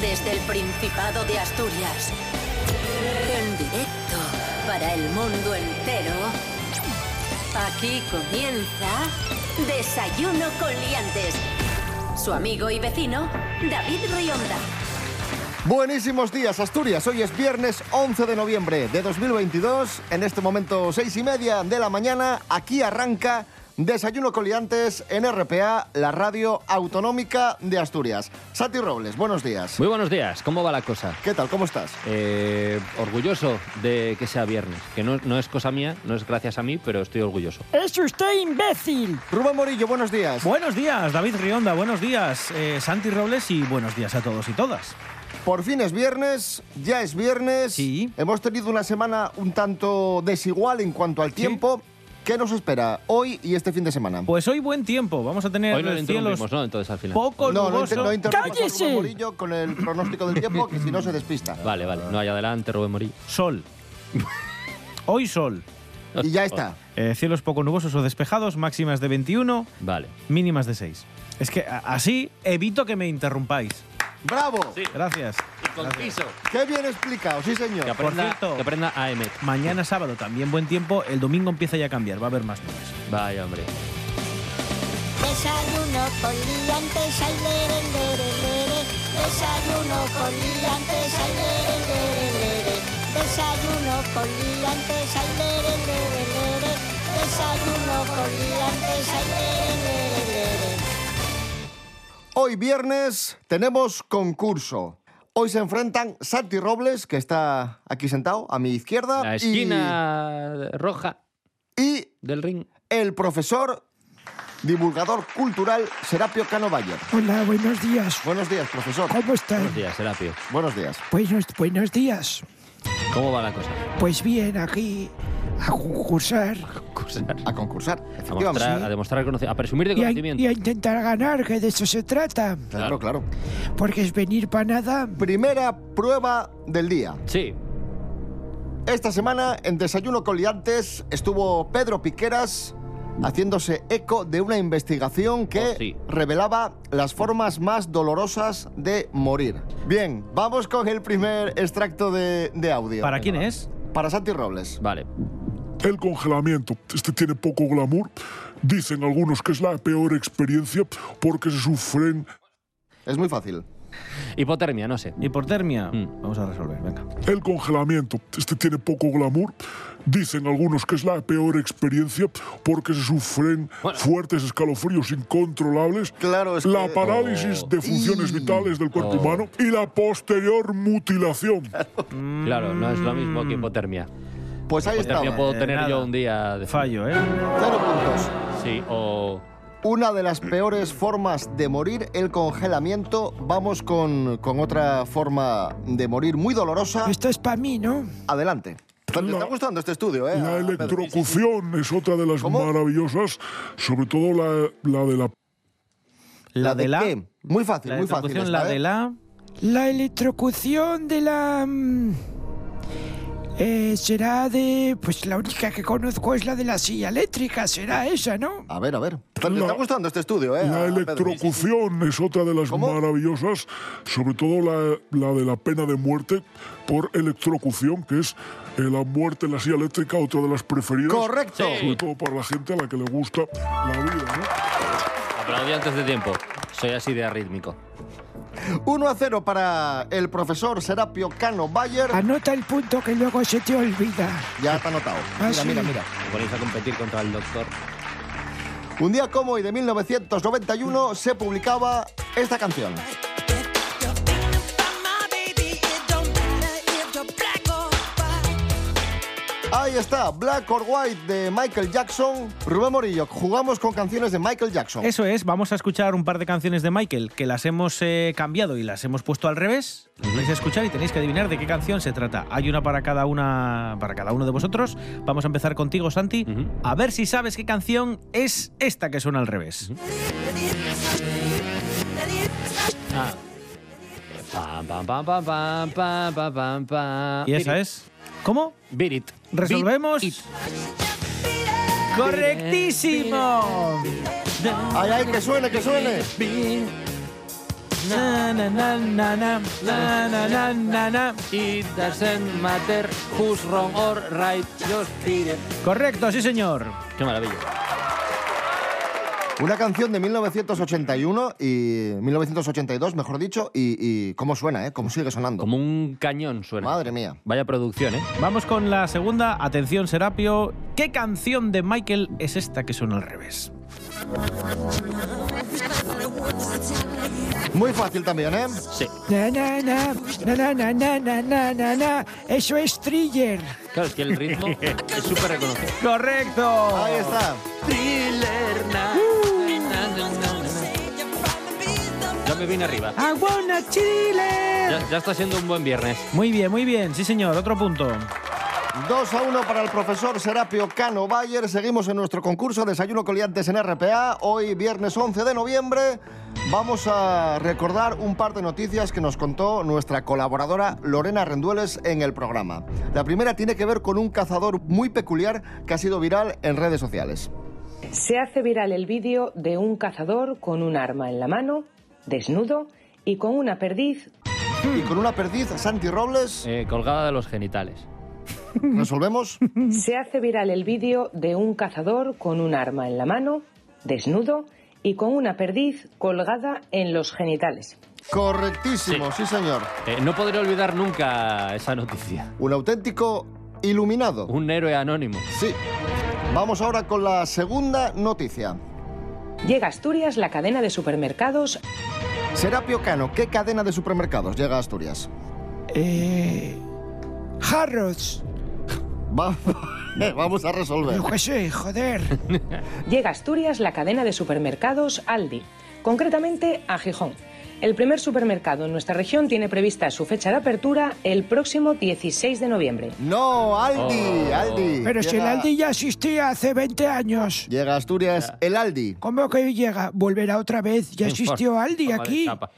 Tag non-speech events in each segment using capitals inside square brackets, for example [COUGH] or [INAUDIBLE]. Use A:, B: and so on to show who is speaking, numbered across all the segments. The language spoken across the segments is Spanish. A: Desde el Principado de Asturias. En directo para el mundo entero. Aquí comienza Desayuno con Liantes. Su amigo y vecino, David Rionda.
B: Buenísimos días, Asturias. Hoy es viernes 11 de noviembre de 2022. En este momento, seis y media de la mañana, aquí arranca Desayuno Coliantes en RPA, la radio autonómica de Asturias. Santi Robles, buenos días.
C: Muy buenos días, ¿cómo va la cosa?
B: ¿Qué tal? ¿Cómo estás?
C: Eh, orgulloso de que sea viernes, que no, no es cosa mía, no es gracias a mí, pero estoy orgulloso.
D: ¡Es usted imbécil!
B: Rubén Morillo, buenos días.
E: Buenos días, David Rionda, buenos días, eh, Santi Robles y buenos días a todos y todas.
B: Por fin es viernes, ya es viernes.
E: Sí.
B: Hemos tenido una semana un tanto desigual en cuanto al tiempo. ¿Qué nos espera hoy y este fin de semana?
E: Pues hoy buen tiempo, vamos a tener
C: Hoy no lo
E: Eh, cielos
C: interrumpimos, ¿no? Entonces al final.
E: poco
B: no, no,
E: nuboso.
B: inter- no interrumpáis a
D: ¡Cállese!
B: Rubén Morillo con el pronóstico del tiempo, que si no se despista.
C: Vale, vale, no hay adelante, Rubén Morillo.
E: Sol. hoy sol.
B: Y ya está.
E: Eh, cielos poco nubosos o despejados, máximas de 21,
C: [LAUGHS] Vale.
E: mínimas de 6. Es que a- así evito que me interrumpáis.
B: ¡Bravo!
E: Gracias.
C: Conciso.
B: ¡Qué bien explicado! Sí, señor.
C: Que aprenda,
E: cierto.
C: que aprenda a Emmet.
E: Mañana sábado también buen tiempo, el domingo empieza ya a cambiar, va a haber más nubes.
C: Vaya, hombre.
F: Desayuno con liantes, ay, lere, lere, lere. Desayuno con liantes, ay, lere, lere, lere. Desayuno con liantes, ay, lere, lere, lere. Desayuno con liantes, ay, lere, lere, lere.
B: Hoy viernes tenemos concurso. Hoy se enfrentan Santi Robles, que está aquí sentado a mi izquierda.
C: La
B: Ah, y-
C: esquina roja
B: Y,
C: del ring.
B: el profesor divulgador cultural Serapio Cano Bayer.
D: Hola, buenos días.
B: Buenos días, profesor.
D: ¿Cómo están?
C: Buenos días, Serapio.
B: Buenos días.
D: Buenos, buenos días.
C: ¿Cómo va la cosa?
D: Pues bien, aquí a concursar
B: A concursar,
C: A mostrar,
B: efectivamente.
C: a demostrar conocimiento, a presumir de
D: y a,
C: conocimiento.
D: y a intentar ganar, que de eso se trata.
B: Claro, claro.
D: Porque es venir para nada.
B: Primera prueba del día.
C: Sí,
B: Esta semana en Desayuno con Liantes estuvo Pedro Piqueras haciéndose eco de una investigación que
C: Oh, sí.
B: revelaba las formas más dolorosas de morir. Bien, vamos con el primer extracto de, de audio.
E: ¿Para quién es?
B: Para Santi Robles.
C: vale.
G: El congelamiento, este tiene poco glamour. Dicen algunos que es la peor experiencia porque se sufren
B: Es muy fácil.
C: Hipotermia, no sé.
E: Hipotermia.
C: Mm.
E: Vamos a resolver, venga.
G: el congelamiento, este tiene poco glamour. Dicen algunos que es la peor experiencia porque se sufren
C: Bueno.
G: fuertes escalofríos incontrolables.
B: Claro, es
G: la
B: que- Oh.
G: parálisis de funciones
B: Y-
G: vitales del cuerpo
C: Oh.
G: humano y la posterior
B: [LAUGHS]
G: mutilación.
E: Mm.
C: Claro, no es lo mismo que hipotermia.
B: Pues ahí está.
C: Hipotermia Este puedo
E: Eh,
C: tener
E: nada.
C: yo un día de
E: Fallo, ¿eh?
B: Cero puntos.
C: Sí, o.
B: Una de las peores formas de morir, el congelamiento. Vamos con, con otra forma de morir muy dolorosa.
E: Pues
D: Esto es para mí, ¿no?
B: Adelante. Te
G: La-
B: está gustando este estudio, ¿eh? a-
G: La
B: a Pedro?
G: electrocución es otra de las
B: ¿Cómo?
G: maravillosas, sobre todo la, la de la
E: La, de la.
B: qué? Muy fácil,
E: La
B: muy fácil.
E: electrocución,
B: esta,
E: la
B: ¿eh?
E: de la.
D: La electrocución de la... mm, eh, será de... Pues la única que conozco es la de la silla eléctrica, será esa, ¿no?
B: A ver, a ver. Te está gustando este estudio, ¿eh?
G: La
B: a Pedro?
G: electrocución es otra de las
B: ¿Cómo?
G: maravillosas, sobre todo la, la de la pena de muerte por electrocución, que es eh, la muerte en la silla eléctrica, otra de las preferidas.
B: Correcto.
G: Sobre todo para la gente a la que le gusta la vida, ¿no?
C: Aplaudí antes de tiempo. Soy así de arrítmico.
B: 1 a 0 para el profesor Serapio Cano Bayer.
E: Ah,
D: Anota el punto que luego se te olvida.
B: Ya está anotado.
D: Ah,
B: Mira,
D: sí.
B: mira, mira.
C: Me ponéis a competir contra el doctor.
B: Un día como hoy de 1991 se publicaba esta canción. Ahí está, Black or White de Michael Jackson. Rubén Morillo, jugamos con canciones de Michael Jackson.
E: Eso es, vamos a escuchar un par de canciones de Michael que las hemos eh, cambiado y las hemos puesto al revés. Las vais a escuchar y tenéis que adivinar de qué canción se trata. Hay una para cada una para cada uno de vosotros. Vamos a empezar contigo, Santi.
C: Ujú.
E: A ver si sabes qué canción es esta que suena al revés.
C: Ah. Pam, pam, pam, pam, pam, pam, pam, pam, pam.
E: Y esa
C: Beat
E: es. ¿Cómo?
C: it. Ah, Beat it.
E: Resolvemos.
C: Beat it.
E: Correctísimo.
B: Ay, ay, que suene, que suene.
E: Na, na, na, na, na, na, na, na, na, na.
C: It doesn't matter who's wrong or right, just did it.
E: Correcto, sí señor.
C: Qué maravilla.
B: Una canción de 1981 y 1982, mejor dicho, y, y cómo suena, ¿eh? Cómo sigue sonando.
C: Como un cañón suena.
B: Madre mía.
C: Vaya producción, ¿eh?
E: Vamos con la segunda. Atención, Serapio. ¿Qué canción de Michael es esta que suena al revés?
B: Muy fácil también, ¿eh?
D: Na, na, na, na, na, na, na, na, na, na, na. Eso es thriller.
C: Claro, es que el
E: [LAUGHS]
C: ritmo es súper reconocido.
E: Correcto.
B: Ahí está.
C: Ya me vine arriba.
D: I wanna thriller.
C: Ya, ya está siendo un buen viernes.
E: Muy bien, muy bien. Sí señor, otro punto.
B: 2 a 1 para el profesor Serapio Cano Bayer. Seguimos en nuestro concurso Desayuno Coliantes en RPA. Hoy, viernes 11 de noviembre, vamos a recordar un par de noticias que nos contó nuestra colaboradora Lorena Rendueles en el programa. La primera tiene que ver con un cazador muy peculiar que ha sido viral en redes sociales.
H: Se hace viral el vídeo de un cazador con un arma en la mano, desnudo y con una perdiz.
B: Y con una perdiz, Santi Robles,
C: Eh, colgada de los genitales.
B: resolvemos.
H: Se hace viral el vídeo de un cazador con un arma en la mano, desnudo y con una perdiz colgada en los genitales.
B: Correctísimo, sí señor.
C: Eh, no podré olvidar nunca esa noticia.
B: Un auténtico iluminado.
C: Un héroe anónimo.
B: Sí. Vamos ahora con la segunda noticia.
H: Llega a Asturias la cadena de supermercados
B: Serapio Cano, ¿qué cadena de supermercados llega a Asturias?
D: Eh, Harrods.
B: Va- [LAUGHS] Vamos a resolver.
D: Yo qué sé,
C: [LAUGHS]
D: joder.
H: Llega a Asturias la cadena de supermercados Aldi, concretamente a Gijón. El primer supermercado en nuestra región tiene prevista su fecha de apertura el próximo 16 de noviembre.
B: No, Aldi,
C: Oh.
B: Aldi.
D: Pero si el
B: Llega-
D: Aldi ya existía hace 20 años.
B: Llega a Asturias el Aldi.
D: ¿Cómo que llega? Volverá otra vez. Ya existió
C: Por-
D: Aldi
C: forma de
D: aquí.
C: chapa.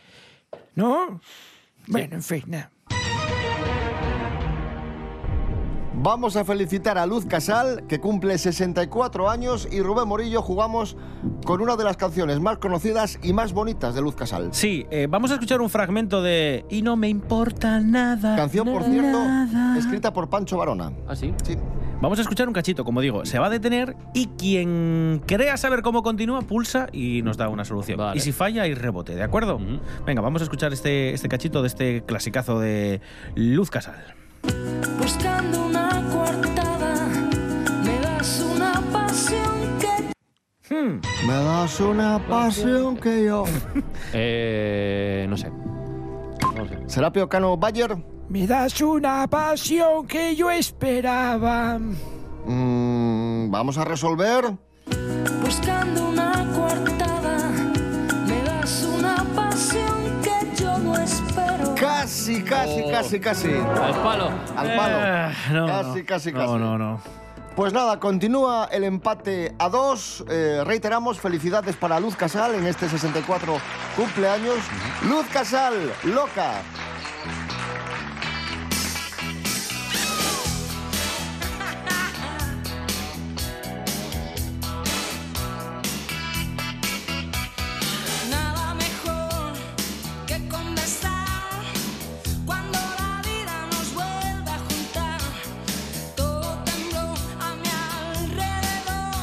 D: ¿No? Bueno, en fin, nada.
B: Vamos a felicitar a Luz Casal, que cumple 64 años, y Rubén Morillo jugamos con una de las canciones más conocidas y más bonitas de Luz Casal.
E: Sí, eh, vamos a escuchar un fragmento de Y no me importa nada.
B: Canción, por
E: nada.
B: cierto, escrita por Pancho Barona.
C: ¿Ah, sí?
B: Sí.
E: Vamos a escuchar un cachito, como digo, se va a detener y quien crea saber cómo continúa pulsa y nos da una solución.
C: Vale.
E: Y si falla, hay rebote, ¿de acuerdo?
C: Ujú.
E: Venga, vamos a escuchar este, este cachito de este clasicazo de Luz Casal.
I: Buscando una coartada, me das una pasión que
B: Me das una pasión que yo.
C: Eh, no sé. No sé.
B: Serapio Cano Bayer.
D: Me das una pasión que yo esperaba.
B: mm, vamos a resolver.
I: buscando una coartada, me das una pasión que yo no espero.
B: Casi, casi,
C: Oh.
B: casi, casi.
C: Al palo.
B: Al palo.
E: Eh, no,
B: Casi,
E: no.
B: casi,
E: No,
B: casi.
E: No, no,
B: Pues nada, continúa el empate a dos. Eh, reiteramos, felicidades para Luz Casal en este 64 cumpleaños. Luz Casal, loca.
I: Nada mejor que conversar cuando la vida nos vuelve a juntar. Todo tembló a mi alrededor.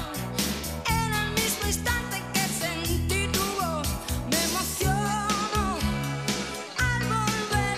I: En el mismo instante que sentí tu voz, me emociono al volver.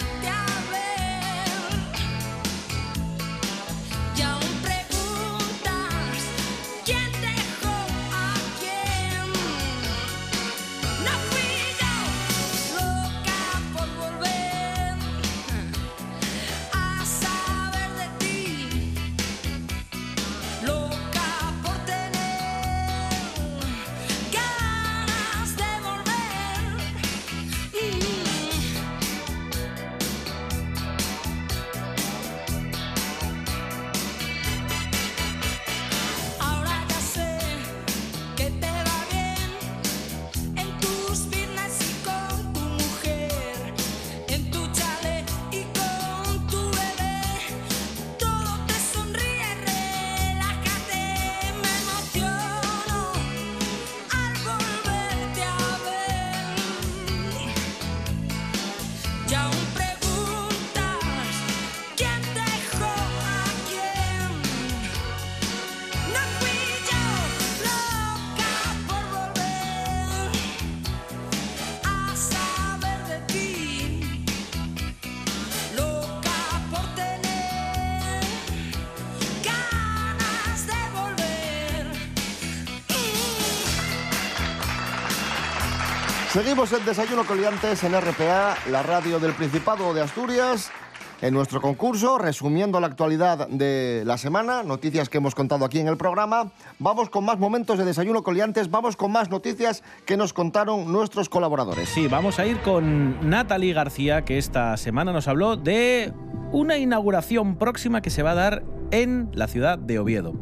B: Seguimos en Desayuno Coliantes en RPA, la radio del Principado de Asturias. En nuestro concurso, resumiendo la actualidad de la semana, noticias que hemos contado aquí en el programa, vamos con más momentos de desayuno coliantes, vamos con más noticias que nos contaron nuestros colaboradores.
E: Sí, vamos a ir con Natalie García, que esta semana nos habló de una inauguración próxima que se va a dar en la ciudad de Oviedo.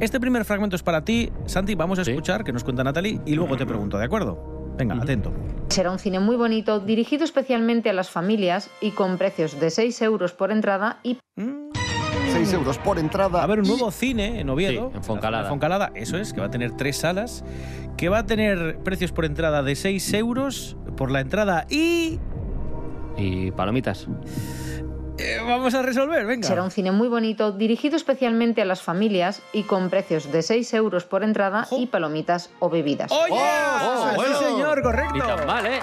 E: Este primer fragmento es para ti, Santi. Vamos a
C: Sí.
E: escuchar que nos cuenta Natalie y luego te pregunto, ¿de acuerdo? Venga, atento.
J: Será un cine muy bonito, dirigido especialmente a las familias y con precios de 6 euros por entrada y
B: 6 euros por entrada.
E: Mm. A ver, un
B: y-
E: nuevo cine en Oviedo.
C: Sí, en Foncalada.
E: En Foncalada, eso es, que va a tener tres salas, que va a tener precios por entrada de 6 euros por la entrada y...
C: Y palomitas.
E: eh, vamos a resolver, venga.
J: será un cine muy bonito, dirigido especialmente a las familias y con precios de 6 euros por entrada
E: Ojo.
J: y palomitas o bebidas.
E: ¡Oye!
B: Oh,
D: Ah,
E: sí,
B: bueno.
E: señor, correcto.
C: Ni tan mal, ¿eh?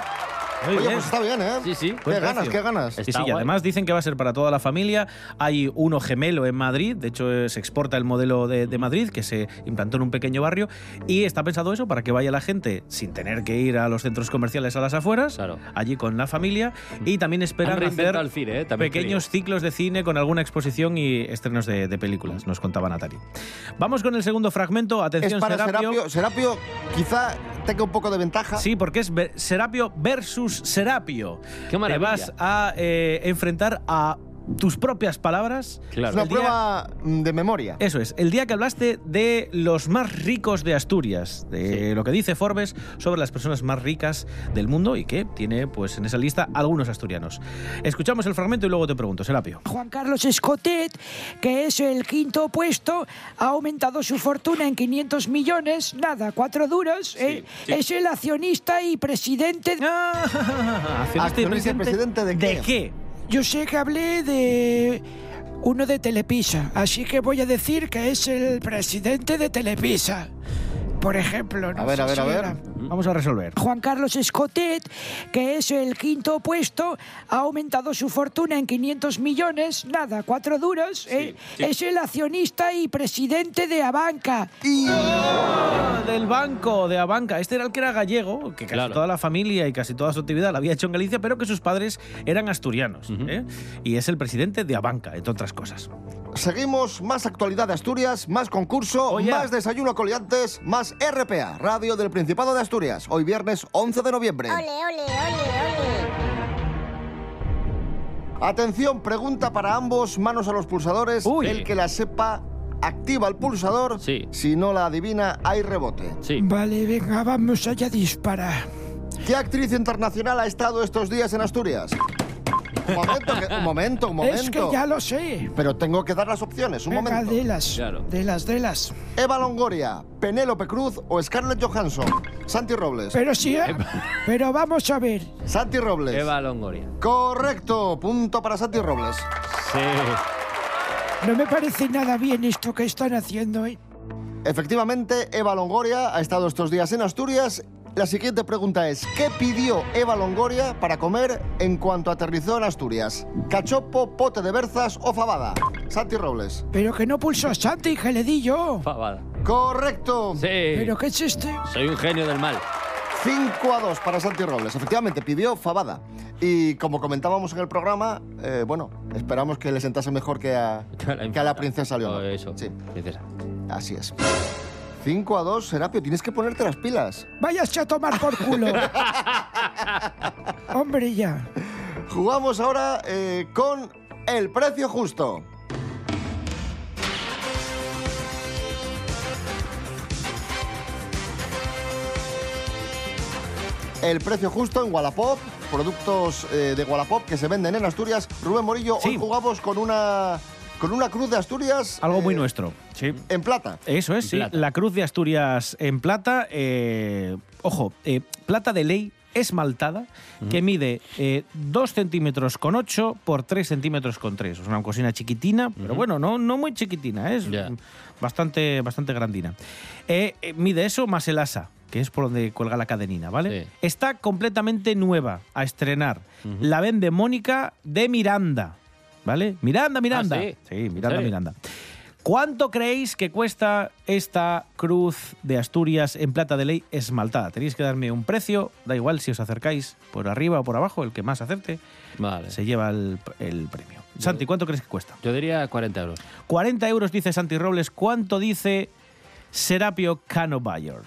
E: Muy
B: Oye,
E: bien.
B: pues está bien, ¿eh?
C: Sí, sí.
B: Qué
E: Buen
B: ganas,
E: precio.
B: qué ganas.
E: Sí,
C: Está
E: sí, y
C: guay.
E: además dicen que va a ser para toda la familia. Hay uno gemelo en Madrid, de hecho eh, se exporta el modelo de, de Madrid que se implantó en un pequeño barrio y está pensado eso para que vaya la gente sin tener que ir a los centros comerciales a las afueras,
C: Claro.
E: allí con la familia y también
C: Han
E: esperan hacer
C: reinventado el cine, ¿eh? También te
E: pequeños ciclos de cine con alguna exposición y estrenos de, de películas, nos contaba Natalie. Vamos con el segundo fragmento,
B: Es
E: atención
B: para
E: Serapio.
B: Serapio. Serapio quizá tenga un poco de ventaja.
E: Sí, porque es Ver- Serapio versus Serapio.
C: Qué maravilla.
E: Te vas a eh, enfrentar a tus propias palabras.
B: Es
C: Claro.
B: una
E: El día- Eh.
B: prueba mm, de memoria.
E: Eso es, el día que hablaste de los más ricos de Asturias, de eh, lo que dice Forbes sobre las personas más ricas del mundo y que tiene pues en esa lista algunos asturianos. Escuchamos el fragmento y luego te pregunto, Serapio.
D: Juan Carlos Escotet, que es el quinto puesto, ha aumentado su fortuna en 500 millones, nada, cuatro duros. ¿eh? Es el accionista
E: [LAUGHS]
D: y presidente. de-
E: Accionista y
B: Accionista y presidente de qué?
E: ¿De qué?
D: Yo sé que hablé de uno de Telepisa, así que voy a decir que es el presidente de Telepisa. Por ejemplo,
B: A ver, a ver, a ver.
E: Vamos a resolver.
D: Juan Carlos Escotet, que es el quinto puesto, ha aumentado su fortuna en 500 millones, nada, cuatro duros. ¿eh? Es el accionista y presidente de Abanca.
E: ¡Ah! del banco de Abanca. Este era el que era gallego, que casi
C: Claro.
E: toda la familia y casi toda su actividad la había hecho en Galicia, pero que sus padres eran asturianos. ¿eh? Y es el presidente de Abanca, entre otras cosas.
B: Seguimos más actualidad de Asturias, más concurso,
E: Oye.
B: más desayuno coliantes, más RPA, Radio del Principado de Asturias. Hoy viernes 11 de noviembre.
F: Ole, ole, ole, ole.
B: Atención, pregunta para ambos, manos a los pulsadores.
C: Uy.
B: El que la sepa activa el pulsador.
C: Sí.
B: Si no la adivina, hay rebote.
C: Sí.
D: Vale, venga, vamos allá, dispara.
B: ¿Qué actriz internacional ha estado estos días en Asturias? Un momento, que- un momento, un momento.
D: Es que ya lo sé.
B: Pero tengo que dar las opciones, un
D: Venga,
B: momento.
D: de las,
C: Claro.
D: de las, de las.
B: Eva Longoria, Penélope Cruz o Scarlett Johansson. Santi Robles.
D: Pero sí, ¿eh? [LAUGHS] pero vamos a ver.
B: Santi Robles.
C: Eva Longoria.
B: Correcto, punto para Santi Robles.
C: Sí.
D: No me parece nada bien esto que están haciendo, ¿eh?
B: Efectivamente, Eva Longoria ha estado estos días en Asturias. La siguiente pregunta es, ¿qué pidió Eva Longoria para comer en cuanto aterrizó en Asturias? ¿Cachopo, pote de berzas o fabada? Santi Robles.
D: Pero que no pulso a Santi, que le di yo.
C: Fabada.
B: Correcto.
C: Sí.
D: Pero qué es este.
C: Soy un genio del mal.
B: 5 a 2 para Santi Robles. Efectivamente, pidió fabada. Y como comentábamos en el programa, eh, bueno, esperamos que le sentase mejor que a, [LAUGHS] que a la princesa Leonor.
C: Oh, eso.
B: Sí,
C: Princesa.
B: así es. 5 a 2, Serapio, tienes que ponerte las pilas.
D: Váyase a tomar por culo. Hombre, ya.
B: Jugamos ahora eh, con el precio justo. El precio justo en Wallapop, productos eh, de Wallapop que se venden en Asturias. Rubén Morillo,
E: Sí.
B: hoy jugamos con una con una cruz de Asturias.
E: Algo muy
B: eh,
E: nuestro. Sí.
B: En plata.
E: Eso es, sí.
C: Plata.
E: La Cruz de Asturias en plata. eh, ojo, eh, plata de ley esmaltada que mide 2 centímetros con 8 por 3 centímetros con 3. Es una cocina chiquitina, pero bueno, no, no muy chiquitina, ¿eh? es
C: Ya.
E: bastante, bastante grandina. Eh, eh, mide eso más el asa, que es por donde cuelga la cadenina, ¿vale?
C: Sí.
E: Está completamente nueva a estrenar. La vende Mónica de Miranda, ¿vale? Miranda, Miranda.
C: Ah, sí?
E: Miranda,
C: ¿En serio?
E: Miranda. ¿Cuánto creéis que cuesta esta cruz de Asturias en plata de ley esmaltada? Tenéis que darme un precio, da igual si os acercáis por arriba o por abajo, el que más acepte
C: Vale.
E: se lleva el, el premio. Santi, ¿cuánto crees que cuesta?
C: Yo diría 40 euros.
E: 40 euros dice Santi Robles, ¿cuánto dice Serapio Cano Bayor?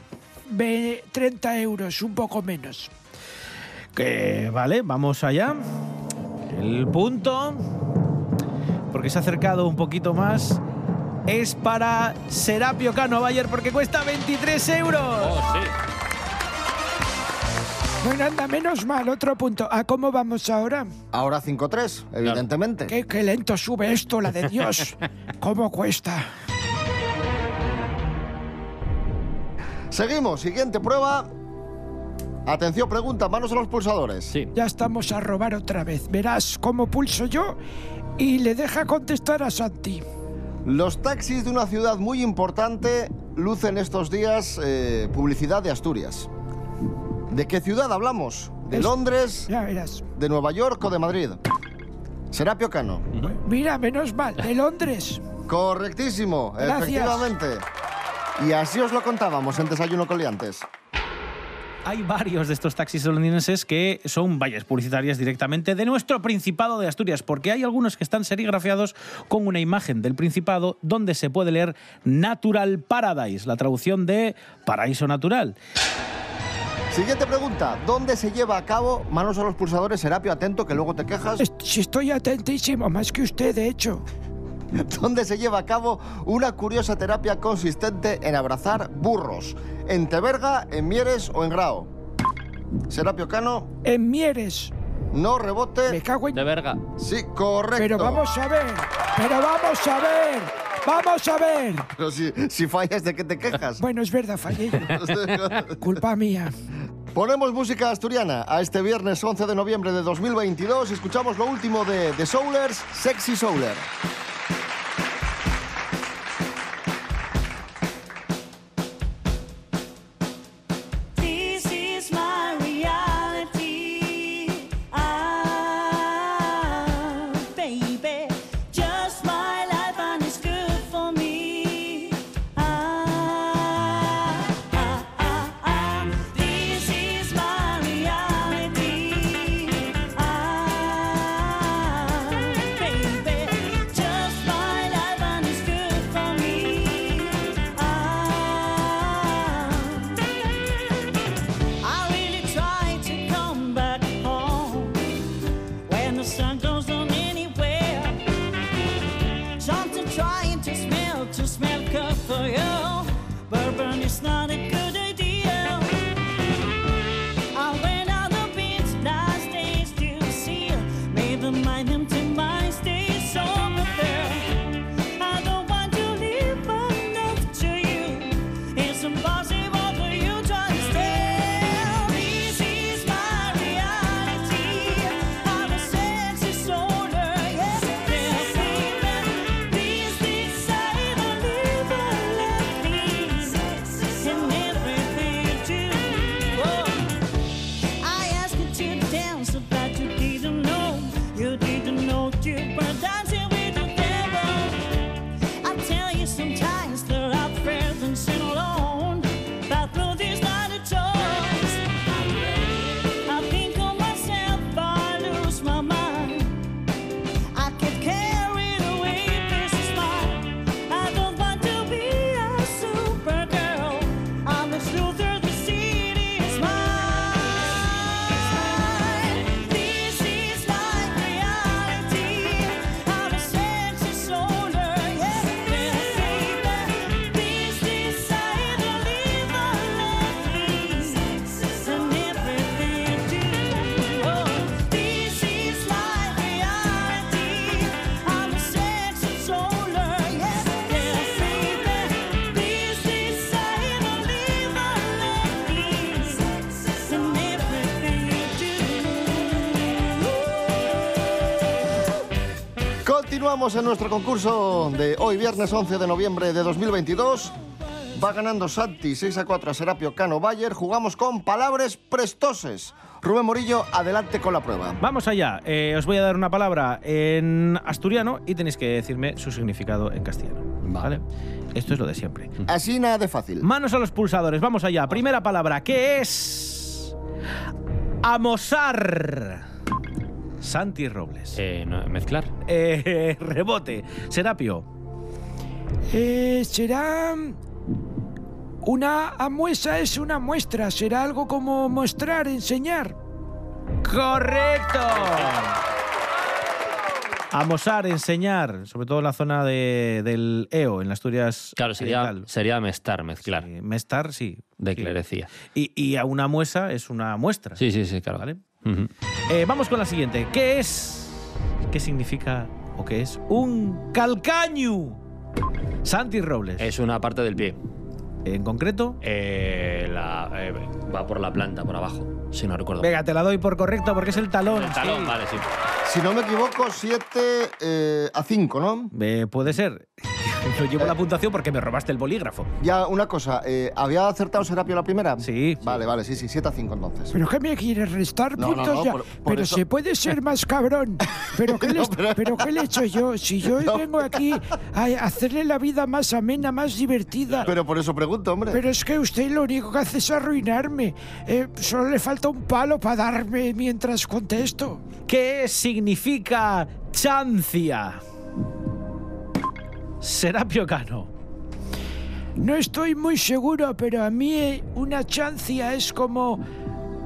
D: Ve- 30 euros, un poco menos.
E: Que vale, vamos allá. El punto, porque se ha acercado un poquito más, es para Serapio Cano Bayer porque cuesta 23 euros.
B: Oh,
C: sí.
D: Bueno, anda, menos mal, otro punto. ¿A cómo vamos ahora?
B: Ahora 5-3, evidentemente.
D: Qué, qué lento sube esto, la de
E: [LAUGHS]
D: Dios. ¿Cómo cuesta?
B: Seguimos, siguiente prueba. Atención, pregunta, manos a los pulsadores.
C: Sí.
D: Ya estamos a robar otra vez. Verás cómo pulso yo y le deja contestar a Santi.
B: Los taxis de una ciudad muy importante lucen estos días eh, publicidad de Asturias. ¿De qué ciudad hablamos? ¿De
D: Es-
B: Londres,
D: Ya verás.
B: de Nueva York o de Madrid? Serapio Cano.
D: Mira, menos mal, de Londres.
B: Correctísimo,
D: Gracias.
B: efectivamente. Y así os lo contábamos en Desayuno Coliantes.
E: Hay varios de estos taxis londinenses que son vallas publicitarias directamente de nuestro Principado de Asturias, porque hay algunos que están serigrafiados con una imagen del Principado donde se puede leer Natural Paradise, la traducción de paraíso natural.
B: Siguiente pregunta. ¿Dónde se lleva a cabo manos a los pulsadores, Serapio? Atento, que luego te quejas.
D: Est- Si estoy atentísimo, más que usted, de hecho.
B: [LAUGHS] donde se lleva a cabo una curiosa terapia consistente en abrazar burros. En Teberga, en Mieres o en Grao. Serapio Cano,
D: En Mieres.
B: no
D: Me
B: rebote.
D: cago en...
C: De verga.
B: Sí, correcto.
D: Pero vamos a ver. Pero vamos a ver. Vamos a ver.
B: Pero si, si fallas, ¿de qué
D: [LAUGHS]
B: te quejas?
D: Bueno, es verdad, fallé yo. Culpa mía.
B: [LAUGHS] Ponemos música asturiana a este viernes 11 de noviembre de 2022 y escuchamos lo último de The Soulers, Sexy Souler.
I: This is my reality. Ah, baby, just my life and it's good for me. Ah, ah, ah, ah. This is my reality. Ah, baby, just my life and it's good for me. Ah. I really try to come back home when the sun goes on anywhere. Something trying to smell to smell good for you. Bourbon is not a good idea. I went out the beach last days to see Made the mind empty my stays over there. I don't want to leave enough to you. It's impossible for you to understand. This is my reality. I'm a sex disorder. Yes, this is this side of living like this, and everything too. Whoa. I asked you to dance, but you didn't know. You didn't know you were dancing with the devil. I tell you sometimes that I'm afraid and sin alone, but through this not a choice. I think of myself, I lose my mind. I get carried away. This is mine. I don't want to be a supergirl. I'm a shooter. The city is mine. This is my reality. I'm a sexy soldier. Yes, baby. This is how I live my life. And everything too. Oh, this is my reality. I'm a sexy soldier. Yes, baby. This is how I live my life. And everything too.
B: Continuamos en nuestro concurso de hoy, viernes 11 de noviembre de 2022. Va ganando Santi 6 a 4 a Serapio Cano Bayer. Jugamos con palabras prestoses. Rubén Morillo, adelante con la prueba.
E: Vamos allá, Eh, os voy a dar una palabra en asturiano y tenéis que decirme su significado en castellano. ¿vale? Esto es lo de siempre.
B: Así nada de fácil.
E: Manos a los pulsadores, vamos allá. Primera palabra, que es? Amosar. Santi Robles.
C: Eh, no, mezclar.
E: Eh, [LAUGHS] rebote. Serapio.
D: Eh, será. Una amuesa es una muestra, será algo como mostrar, enseñar.
E: Correcto. Amosar, enseñar, sobre todo en la zona de- del EO, en las Asturias.
C: Claro, sería,
E: Oriental.
C: sería mestar, mezclar.
E: Sí, Mestar, sí.
C: De
E: Sí.
C: clerecía.
E: Y, y a una muesa es una muestra.
C: Sí, sí, sí, claro.
E: ¿Vale?
C: Ujú.
E: Eh, vamos con la siguiente. ¿Qué es? ¿Qué significa o qué es? Un calcaño. Santi Robles.
B: Eh.
C: Es una parte del pie.
E: En concreto.
C: Eh, la- eh, va por la planta, por abajo, si no recuerdo.
E: Venga, te la doy por correcto porque es el talón.
C: El talón,
E: sí.
C: vale, sí.
B: Si no me equivoco, 7 a 5, ¿no?
E: Eh, puede ser. [LAUGHS] Yo llevo la puntuación porque me robaste el bolígrafo.
B: Ya, una cosa, eh, ¿había acertado Serapio la primera?
E: Sí.
B: Vale, vale, sí, sí, 7 a 5 entonces.
D: ¿Pero qué me quieres restar
B: No, no,
D: puntos
B: no,
D: ya?
B: por- por
D: pero
B: eso-
D: se puede
B: [LAUGHS]
D: ser más cabrón. ¿Pero qué, les-
B: pero-
D: pero qué le he hecho yo? Si
B: [LAUGHS]
D: yo vengo aquí a hacerle la vida más amena, más divertida.
B: Pero por eso pregunto, hombre.
D: Pero es que usted lo único que hace es arruinarme. Eh, solo le falta un palo para darme mientras contesto.
E: ¿Qué significa chancia? Serapio Cano.
D: No estoy muy seguro, pero a mí eh, una chancia es como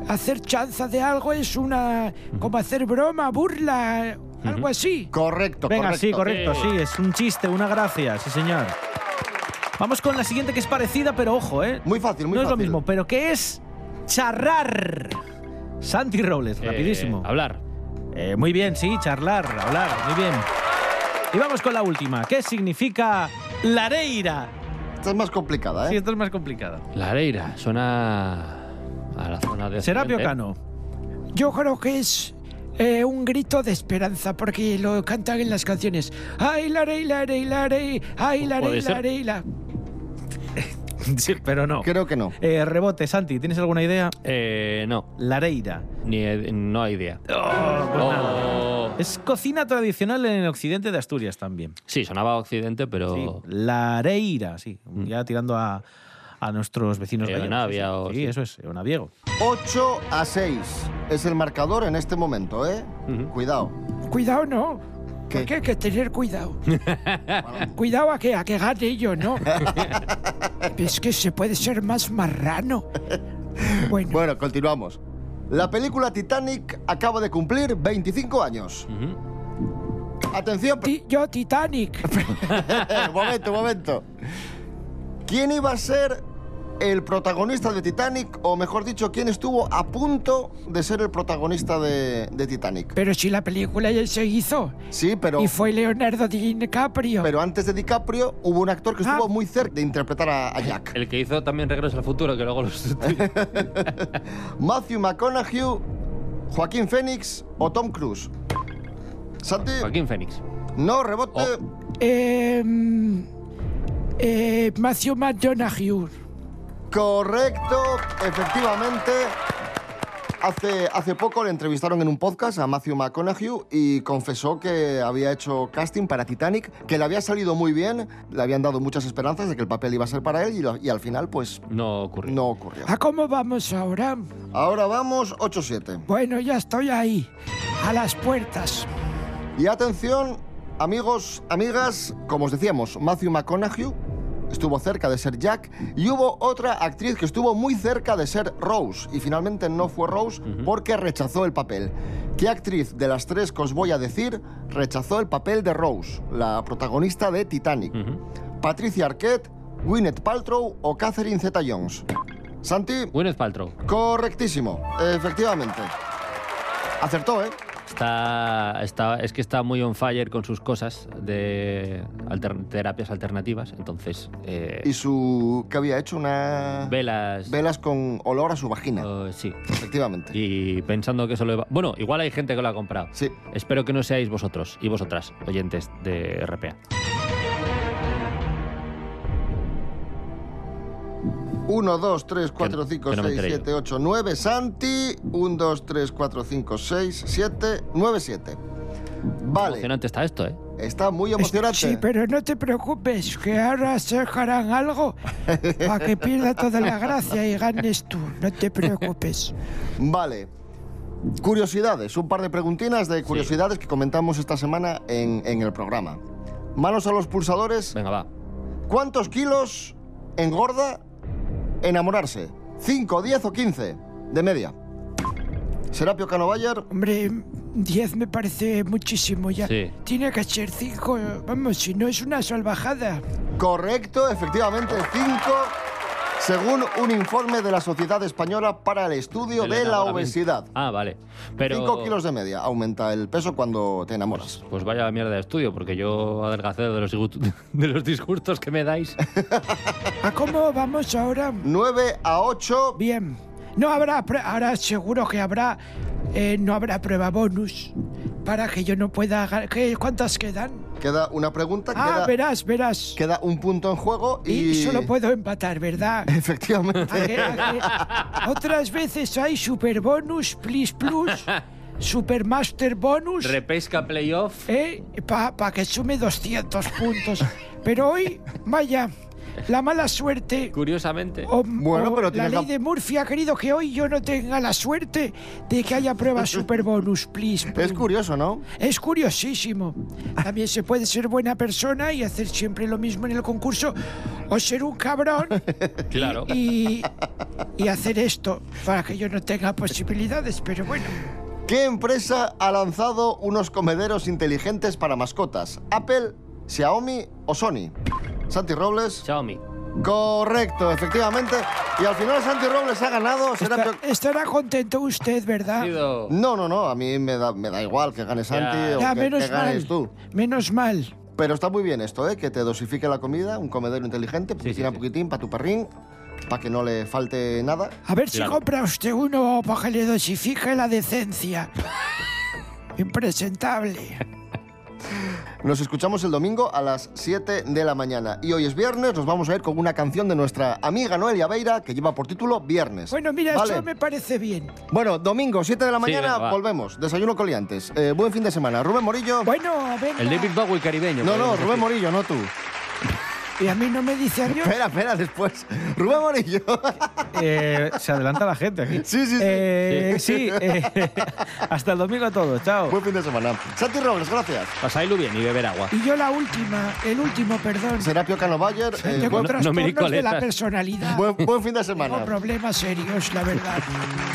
D: hacer chanza de algo, es una como hacer broma, burla, eh, algo así.
B: Correcto,
E: Venga,
B: correcto.
E: sí, correcto, sí, es un chiste, una gracia, sí, señor. Vamos con la siguiente que es parecida, pero ojo, ¿eh?
B: Muy fácil, muy
E: no es lo
B: fácil.
E: mismo, pero que es charrar. Santi Robles,
C: Eh,
E: rapidísimo.
C: hablar.
E: Eh, muy bien, sí, charlar, hablar, muy bien. Y vamos con la última. ¿Qué significa lareira?
B: Esta es más complicada,
E: Sí,
B: ¿eh?
E: esto es más complicado.
C: La areira suena a la zona de.
E: Serapio
C: Occidente.
E: Cano.
D: Yo creo que es eh, un grito de esperanza, porque lo cantan en las canciones. ¡Ay, la rey, la rey, la rey! ¡Ay, la
C: Puede
D: rey, la
C: ser.
D: rey, la!
E: Sí, pero no.
B: Creo que no.
E: Eh, rebote, Santi, ¿tienes alguna idea?
C: Eh, no,
E: Lareira.
C: ni, no hay idea.
B: Ah.
C: Oh.
E: Es cocina tradicional en el occidente de Asturias también.
C: Sí, sonaba a Occidente, pero.
E: Sí, Lareira, sí. Ya tirando a, a nuestros vecinos
C: Eh,
E: gallegos,
C: Onavia
E: sí, sí.
C: o-
E: Sí,
C: sí.
E: eso es, Onaviego.
B: 8 a 6 es el marcador en este momento, ¿eh? Cuidado.
D: Cuidado, no.
B: ¿Qué?
D: Porque hay que tener cuidado. cuidado a que, a que gane yo, ¿no? es que se puede ser más marrano. Bueno,
B: Bueno, continuamos. La película Titanic acaba de cumplir 25 años.
C: Ujú.
B: Atención, [LAUGHS] pe-
D: ti- yo Titanic.
B: momento, momento. ¿Quién iba a ser el protagonista de Titanic? O mejor dicho, ¿quién estuvo a punto de ser el protagonista de, de Titanic?
D: Pero si la película ya se hizo
B: Sí, pero,
D: y fue Leonardo DiCaprio.
B: pero antes de DiCaprio hubo un actor que estuvo
D: Ah.
B: muy cerca de interpretar a, a Jack.
C: El que hizo también Regreso al Futuro, que luego lo sustituyó.
B: Matthew McConaughey, Joaquín Phoenix o Tom Cruise. Santi,
C: Joaquín Fénix.
B: no rebote.
D: Eh, mm, eh, Matthew McDonagh.
B: Correcto, efectivamente. Hace, hace poco le entrevistaron en un podcast a Matthew McConaughey y confesó que había hecho casting para Titanic, que le había salido muy bien, le habían dado muchas esperanzas de que el papel iba a ser para él y, lo- y al final pues
C: No ocurrió.
B: no ocurrió.
E: Ah.
D: ¿A cómo vamos ahora?
B: Ahora vamos 8-7.
D: Bueno, ya estoy ahí, a las puertas.
B: Y atención, amigos, amigas, como os decíamos, Matthew McConaughey estuvo cerca de ser Jack y hubo otra actriz que estuvo muy cerca de ser Rose y finalmente no fue Rose porque rechazó el papel. ¿Qué actriz de las tres que os voy a decir rechazó el papel de Rose, la protagonista de Titanic? ¿Patricia Arquette, Gwyneth Paltrow o Catherine Zeta-Jones? Santi,
C: Gwyneth Paltrow.
B: correctísimo, efectivamente. Acertó, ¿eh?
C: Está, está, es que está muy on fire con sus cosas de alter- terapias alternativas, entonces... eh,
B: Y su... ¿Qué había hecho? Una...
C: velas...
B: Velas con olor a su vagina,
C: eh, sí.
B: efectivamente.
C: Y pensando que eso lo... iba- Bueno, igual hay gente que lo ha comprado.
B: Sí.
C: Espero que no seáis vosotros y vosotras, oyentes de RPA.
B: Uno, dos, tres, cuatro,
C: Que-
B: cinco,
C: que no me
B: seis,
C: enteré
B: siete, ocho, nueve. Santi. Un, dos, tres, cuatro, cinco, seis, siete, nueve, siete. Vale.
C: Emocionante está esto, ¿eh?
B: Está muy emocionante.
D: Sí, pero no te preocupes, que ahora se harán algo para que pierda toda la gracia y ganes tú. No te preocupes.
B: Vale. Curiosidades, un par de preguntinas de curiosidades que comentamos esta semana en, en el programa. Manos a los pulsadores.
C: Venga, va.
B: ¿Cuántos kilos engorda enamorarse? ¿5, 10 o 15? De media. Serapio Cano Bayer,
D: Hombre, 10 me parece muchísimo ya.
C: Sí.
D: Tiene que ser 5, vamos, si no es una salvajada.
B: correcto, efectivamente, 5, según un informe de la Sociedad Española para el Estudio
C: El
B: de la
C: enamoramiento.
B: Obesidad.
C: Ah, vale. Pero...
B: 5 kilos de media. Aumenta el peso cuando te enamoras.
C: Pues vaya mierda de estudio, porque yo adelgacé de los, disgust- [LAUGHS] de los disgustos que me dais.
D: ¿A cómo vamos ahora?
B: 9 a 8.
D: Bien. No habrá, prue- ahora seguro que habrá, eh, no habrá prueba bonus para que yo no pueda... ga- ¿Qué, ¿Cuántas quedan?
B: Queda una pregunta,
D: Ah,
B: queda,
D: verás, verás.
B: queda un punto en juego y...
D: Y solo puedo empatar, ¿verdad?
B: [LAUGHS] Efectivamente.
E: Ah,
D: A que- a que- Otras veces hay super bonus, please plus, super master bonus,
C: Repesca playoff.
D: para que sume 200 puntos. Pero hoy, vaya, la mala suerte.
C: Curiosamente.
B: Oh,
D: o-
B: Bueno,
D: o
B: pero
D: Oh, la
B: tienes
D: ley
B: la-
D: de Murphy ha querido que hoy yo no tenga la suerte de que haya pruebas super bonus, please.
B: Es
D: plus.
B: curioso, ¿no?
D: Es curiosísimo. También se puede ser buena persona y hacer siempre lo mismo en el concurso o ser un cabrón
C: Claro.
D: y, y hacer esto para que yo no tenga posibilidades, pero bueno.
B: ¿Qué empresa ha lanzado unos comederos inteligentes para mascotas? ¿Apple, Xiaomi o Sony? Santi Robles.
C: Xiaomi.
B: Correcto, efectivamente. Y al final Santi Robles ha ganado. será
D: Está-
B: peor-
D: estará contento usted, ¿verdad?
C: Ido.
B: No, no, no. A mí me da, me da igual que gane Santi o
D: Ya,
B: que,
D: menos
B: que ganes
D: mal.
B: tú.
D: Menos mal.
B: Pero está muy bien esto, ¿eh? Que te dosifique la comida, un comedero inteligente, poquitín a poquitín, para tu perrín, para que no le falte nada.
D: A ver
C: Claro.
D: si compra usted uno para que le dosifique la decencia. [LAUGHS] Impresentable.
B: Nos escuchamos el domingo a las 7 de la mañana. Y hoy es viernes, nos vamos a ir con una canción de nuestra amiga Noelia Veira que lleva por título Viernes.
D: Bueno, mira,
B: Vale.
D: eso me parece bien.
B: Bueno, domingo, 7 de la mañana,
C: venga, va.
B: volvemos. Desayuno coliantes. Eh, buen fin de semana. Rubén Morillo.
D: Bueno, venga.
C: El David Bowie caribeño.
B: No, no,
C: podemos
B: Rubén
C: decir.
B: Morillo, no tú.
D: Y a mí no me dice adiós.
B: Espera, espera, después. [LAUGHS]
D: [LAUGHS]
B: Rubén Morillo.
E: [LAUGHS] Eh, se adelanta la gente aquí.
B: Sí, sí, sí.
E: Eh, sí, eh, [LAUGHS] hasta el domingo a todos. Chao.
B: buen fin de semana. Santi Robles, gracias.
C: Pasadlo bien y beber agua.
D: Y yo la última, el último, perdón.
B: Serapio Cano Bayer. eh,
D: Tengo
B: buen,
D: trastornos
C: me di
D: de la
C: coletas.
D: personalidad.
B: buen- buen fin de
D: Tengo
B: semana.
D: problemas serios, la
B: [LAUGHS]
D: verdad.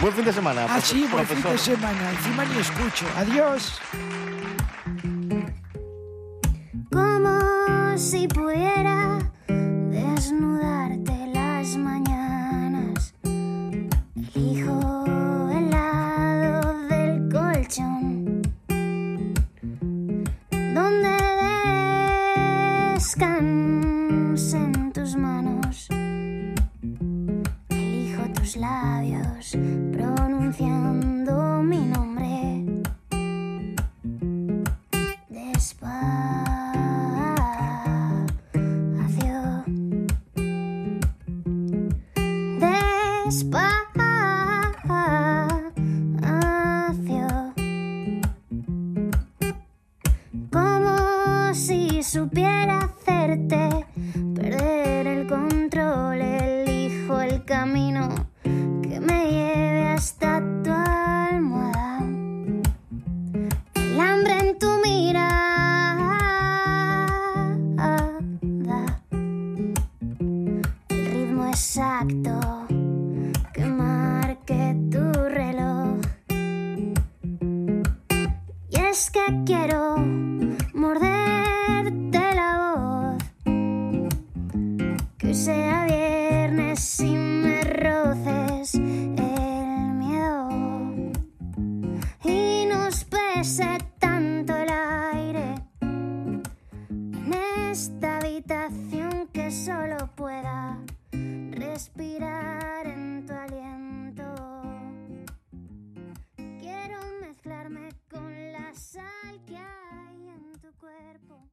B: Buen fin de semana.
D: Así, Ah, buen fin de
B: profesor.
D: semana. Encima ni escucho. Adiós.
F: Como si pudiera desnudarte las mañanas. Elijo el lado del colchón. Donde descansen tus manos. Elijo tus labios pronunciando mi nombre. Despacio, despacio, como si supiera hacerte perder el control, elijo el camino que me lleve hasta tu almohada. El hambre en tu mirada. El ritmo exacto que marque tu reloj. Y es que quiero morderte la voz. Que hoy sea viernes y me roces el miedo y nos pese tanto el aire en esta habitación que solo pueda respirar en tu aliento. Quiero mezclarme con la sal que hay en tu cuerpo.